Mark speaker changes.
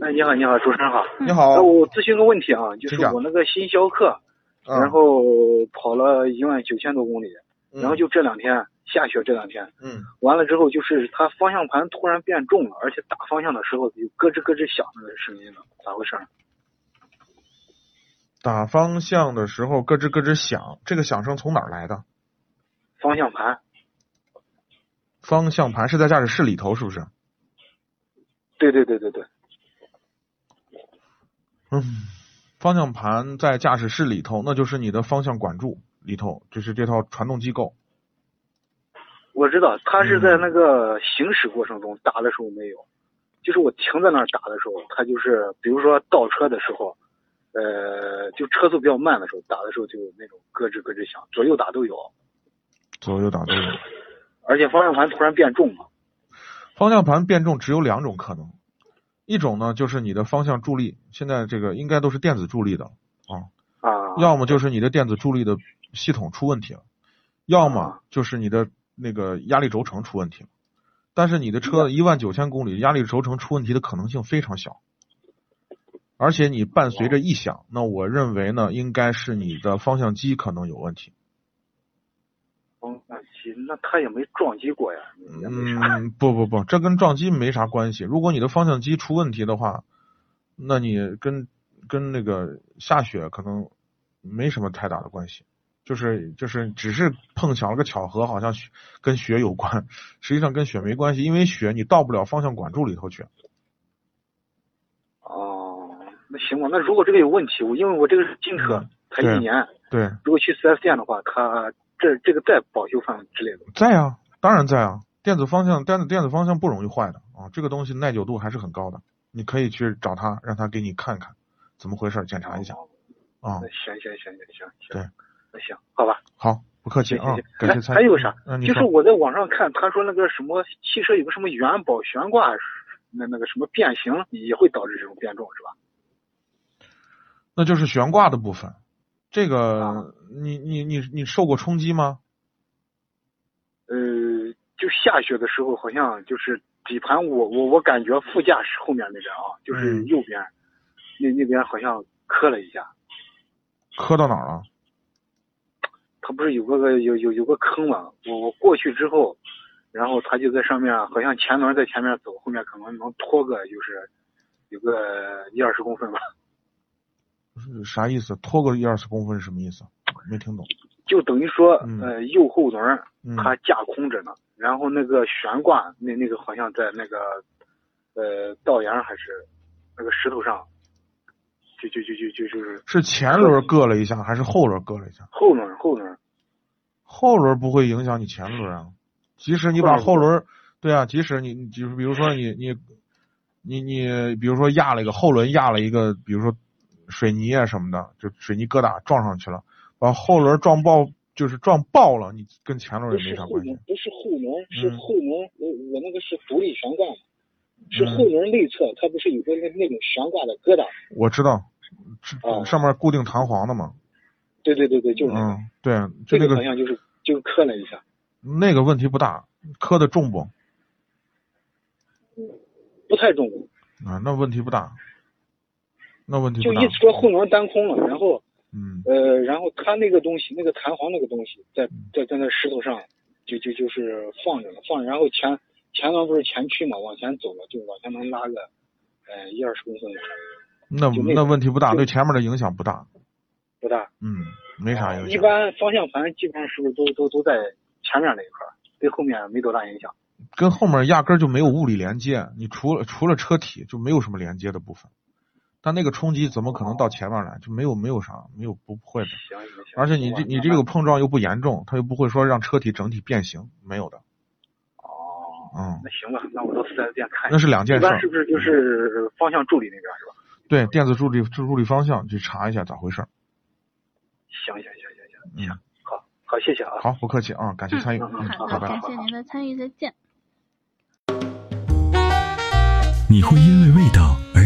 Speaker 1: 哎，你好，你好，主持人好。
Speaker 2: 你好
Speaker 1: 呃，我咨询个问题啊，就
Speaker 2: 哦请
Speaker 1: 是
Speaker 2: 讲
Speaker 1: 我那个新逍客，
Speaker 2: 嗯
Speaker 1: 然后跑了一万九千多公里，
Speaker 2: 嗯
Speaker 1: 然后就这两天下雪，这两天
Speaker 2: 嗯
Speaker 1: 完了之后，就是它方向盘突然变重了，而且打方向的时候有咯吱咯吱响的声音了，咋回事儿？
Speaker 2: 打方向的时候咯吱咯吱响，这个响声从哪儿来的？
Speaker 1: 方向盘，
Speaker 2: 方向盘是在驾驶室里头是不是？
Speaker 1: 对对对对对，
Speaker 2: 嗯，方向盘在驾驶室里头，那就是你的方向管柱里头，就是这套传动机构。
Speaker 1: 我知道，它是
Speaker 2: 嗯
Speaker 1: 在那个行驶过程中打的时候没有，就是我停在那儿打的时候，它就是比如说倒车的时候，呃，就车速比较慢的时候打的时候就有那种咯吱咯吱响，左右打都有，
Speaker 2: 左右打都有。
Speaker 1: 而且方向盘突然变重了。
Speaker 2: 方向盘变重只有两种可能，一种呢就是你的方向助力，现在这个应该都是电子助力的，
Speaker 1: 啊，
Speaker 2: 要么就是你的电子助力的系统出问题了，要么就是你的那个压力轴承出问题了。但是你的车一万九千公里，压力轴承出问题的可能性非常小，而且你伴随着异响，那我认为呢，应该是你的方向机可能有问题。
Speaker 1: 嗯那行那他也没撞击过呀，也没啥。
Speaker 2: 嗯，不不不，这跟撞击没啥关系。如果你的方向机出问题的话，那你跟跟那个下雪可能没什么太大的关系，就是就是只是碰巧了个巧合，好像雪跟雪有关，实际上跟雪没关系，因为雪你到不了方向管柱里头去。
Speaker 1: 哦，那行吧，那如果这个有问题，我因为我这个是新车
Speaker 2: 嗯，
Speaker 1: 才
Speaker 2: 对
Speaker 1: 一年，
Speaker 2: 对，
Speaker 1: 如果去四 S 店的话，他这这个在保修范围之类的。
Speaker 2: 在啊，当然在啊，电子方向电子电子方向不容易坏的啊，这个东西耐久度还是很高的，你可以去找他，让他给你看看怎么回事，检查一下
Speaker 1: 哦
Speaker 2: 啊
Speaker 1: 那。行行行行行行。
Speaker 2: 对。
Speaker 1: 那行，好吧，
Speaker 2: 好，不客气
Speaker 1: 行
Speaker 2: 啊
Speaker 1: 行行，。
Speaker 2: 感谢
Speaker 1: 哎
Speaker 2: 参与。
Speaker 1: 还有啥？
Speaker 2: 嗯，你
Speaker 1: 就是
Speaker 2: 说
Speaker 1: 我在网上看，他说那个什么汽车有个什么元宝悬挂，那那个什么变形也会导致这种变重是吧？
Speaker 2: 那就是悬挂的部分。这个、
Speaker 1: 啊
Speaker 2: 你你你你受过冲击吗？
Speaker 1: 呃，就下雪的时候，好像就是底盘我，我我感觉副驾驶后面那边啊，就是
Speaker 2: 嗯
Speaker 1: 右边，那那边好像磕了一下，
Speaker 2: 磕到哪儿了？
Speaker 1: 它不是有个个有有有个坑嘛？我我过去之后，然后它就在上面，好像前轮在前面走，后面可能能拖个就是有个一二十公分吧，
Speaker 2: 是啥意思？拖个一二十公分是什么意思？没听懂。
Speaker 1: 就等于说、
Speaker 2: 嗯
Speaker 1: 呃右后轮
Speaker 2: 嗯，
Speaker 1: 它架空着呢，然后那个悬挂那那个好像在那个呃道沿儿还是那个石头上，就就就就就就是
Speaker 2: 是前轮硌了一下，还是后轮硌了一下？
Speaker 1: 后轮后轮
Speaker 2: 后轮不会影响你前轮啊。即使你把后轮，对啊，即使你你就是比如说你你你你，比如说压了一个后轮压了一个，比如说水泥啊什么的，就水泥疙瘩撞上去了，把后轮撞爆，就是撞爆了，你跟前轮也没啥关系。
Speaker 1: 不是后轮
Speaker 2: 是嗯
Speaker 1: 后轮，我我那个是独立悬挂，
Speaker 2: 是嗯后
Speaker 1: 轮内侧它不是有个那那种悬挂的疙瘩？
Speaker 2: 我知道，是
Speaker 1: 哦
Speaker 2: 上面固定弹簧的嘛。
Speaker 1: 对对对对，就
Speaker 2: 嗯，对，就那个
Speaker 1: 像就是就磕了一下。
Speaker 2: 那个问题不大，磕的重不？
Speaker 1: 不太重，
Speaker 2: 啊，那问题不大，那问题不大。
Speaker 1: 车后轮单空了，然后
Speaker 2: 嗯，
Speaker 1: 呃，然后它那个东西，那个弹簧那个东西，在
Speaker 2: 嗯
Speaker 1: 在在那石头上，就就就是放着了，放着。然后前前轮不是前驱嘛，往前走了，就往前能拉个，呃，一二十公分。
Speaker 2: 那
Speaker 1: 就那
Speaker 2: 那问题不大，
Speaker 1: 就
Speaker 2: 对前面的影响不大，
Speaker 1: 不大。
Speaker 2: 嗯，没啥影
Speaker 1: 啊哦一
Speaker 2: 响。
Speaker 1: 般方向盘基本上是不是都都都在前面那一块儿，对后面没多大影响。
Speaker 2: 跟后面压根儿就没有物理连接，你除了除了车体就没有什么连接的部分。但那个冲击怎么可能到前面来？就没有没有啥，没有不会的。
Speaker 1: 行行行。
Speaker 2: 而且你这你这个碰撞又不严重，它又不会说让车体整体变形，没有的。
Speaker 1: 哦，
Speaker 2: 嗯，
Speaker 1: 那行吧，那我到四 S 店看一下。
Speaker 2: 那是两件
Speaker 1: 一
Speaker 2: 事
Speaker 1: 般
Speaker 2: 儿
Speaker 1: 是。不是就是方向助理那边是吧？
Speaker 2: 对，电子助力助力方向去查一下咋回事儿。
Speaker 1: 行行行行行，
Speaker 2: 嗯，
Speaker 1: 好，好，谢谢啊。
Speaker 2: 好，不客气啊，感谢参与，
Speaker 1: 嗯
Speaker 2: 嗯，
Speaker 1: 好
Speaker 2: 拜
Speaker 1: 的
Speaker 3: 好的，
Speaker 2: 拜
Speaker 3: 感。谢您的参与，再见。
Speaker 4: 你会因为味道而